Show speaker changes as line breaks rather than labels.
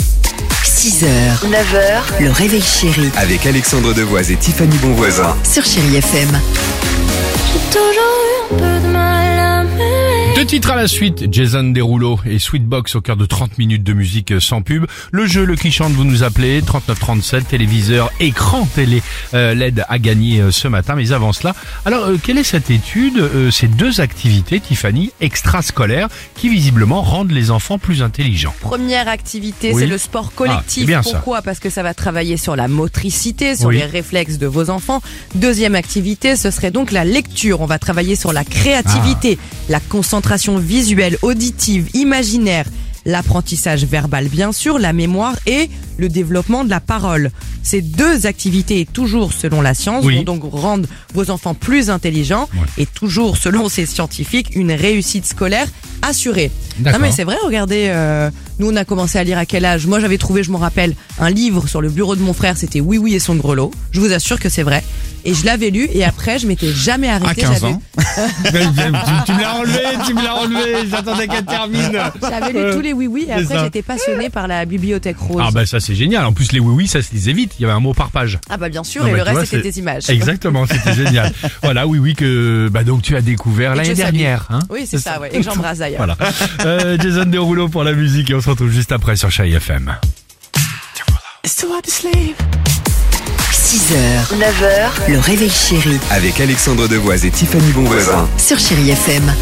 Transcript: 6h, 9h, le réveil chéri
Avec Alexandre Devoise et Tiffany Bonvoisin.
sur Chérie FM.
Deux titres à la suite, Jason Derulo et Sweetbox au cœur de 30 minutes de musique euh, sans pub. Le jeu, le qui chante, vous nous appelez, 3937, téléviseur, écran télé, euh, l'aide à gagner euh, ce matin. Mais avant cela, alors euh, quelle est cette étude, euh, ces deux activités, Tiffany, extrascolaires, qui visiblement rendent les enfants plus intelligents
Première activité,
Oui.
c'est le sport
Ah, c'est
collectif.
bien ça.
Pourquoi Parce que ça va travailler sur la motricité, sur
Oui.
les réflexes de vos enfants. Deuxième activité, ce serait donc la lecture. On va travailler sur la créativité,
Ah.
la concentration visuelle, auditive, imaginaire, l'apprentissage verbal bien sûr, la mémoire et le développement de la parole. Ces deux activités, toujours selon la science,
Oui.
vont donc rendre vos enfants plus intelligents
Ouais.
et toujours selon ces scientifiques, une réussite scolaire assurée. Non
D'accord.
mais c'est vrai, regardez, euh, nous on a commencé à lire à quel âge Moi j'avais trouvé, je m'en rappelle, un livre sur le bureau de mon frère, c'était Oui Oui et son grelot. Je vous assure que c'est vrai. Et je l'avais lu et après je m'étais jamais arrêtée. j'avais-
tu me l'as enlevé, tu me l'as enlevé, j'attendais qu'elle termine.
J'avais lu tous les Oui Oui et
C'est ça.
après j'étais passionnée par la bibliothèque rose.
Ah bah ça c'est génial, en plus les oui-oui ça se lisait vite, il y avait un mot par page.
Ah bah, bien sûr,
Non,
et
mais
le
tu vois,
reste c'était
c'est-
des images.
Exactement, c'était génial. Voilà, oui, oui, que bah donc tu as découvert
Et
l'année
que je salue.
dernière. Hein
Oui c'est ça, ouais. et que j'embrasse d'ailleurs.
Voilà. Euh, Jason Derulo pour la musique et on se retrouve juste après sur Chai FM.
6h, 9h, le réveil chéri
Avec Alexandre Devoise et Tiffany Bonvoisin.
sur Chérie FM.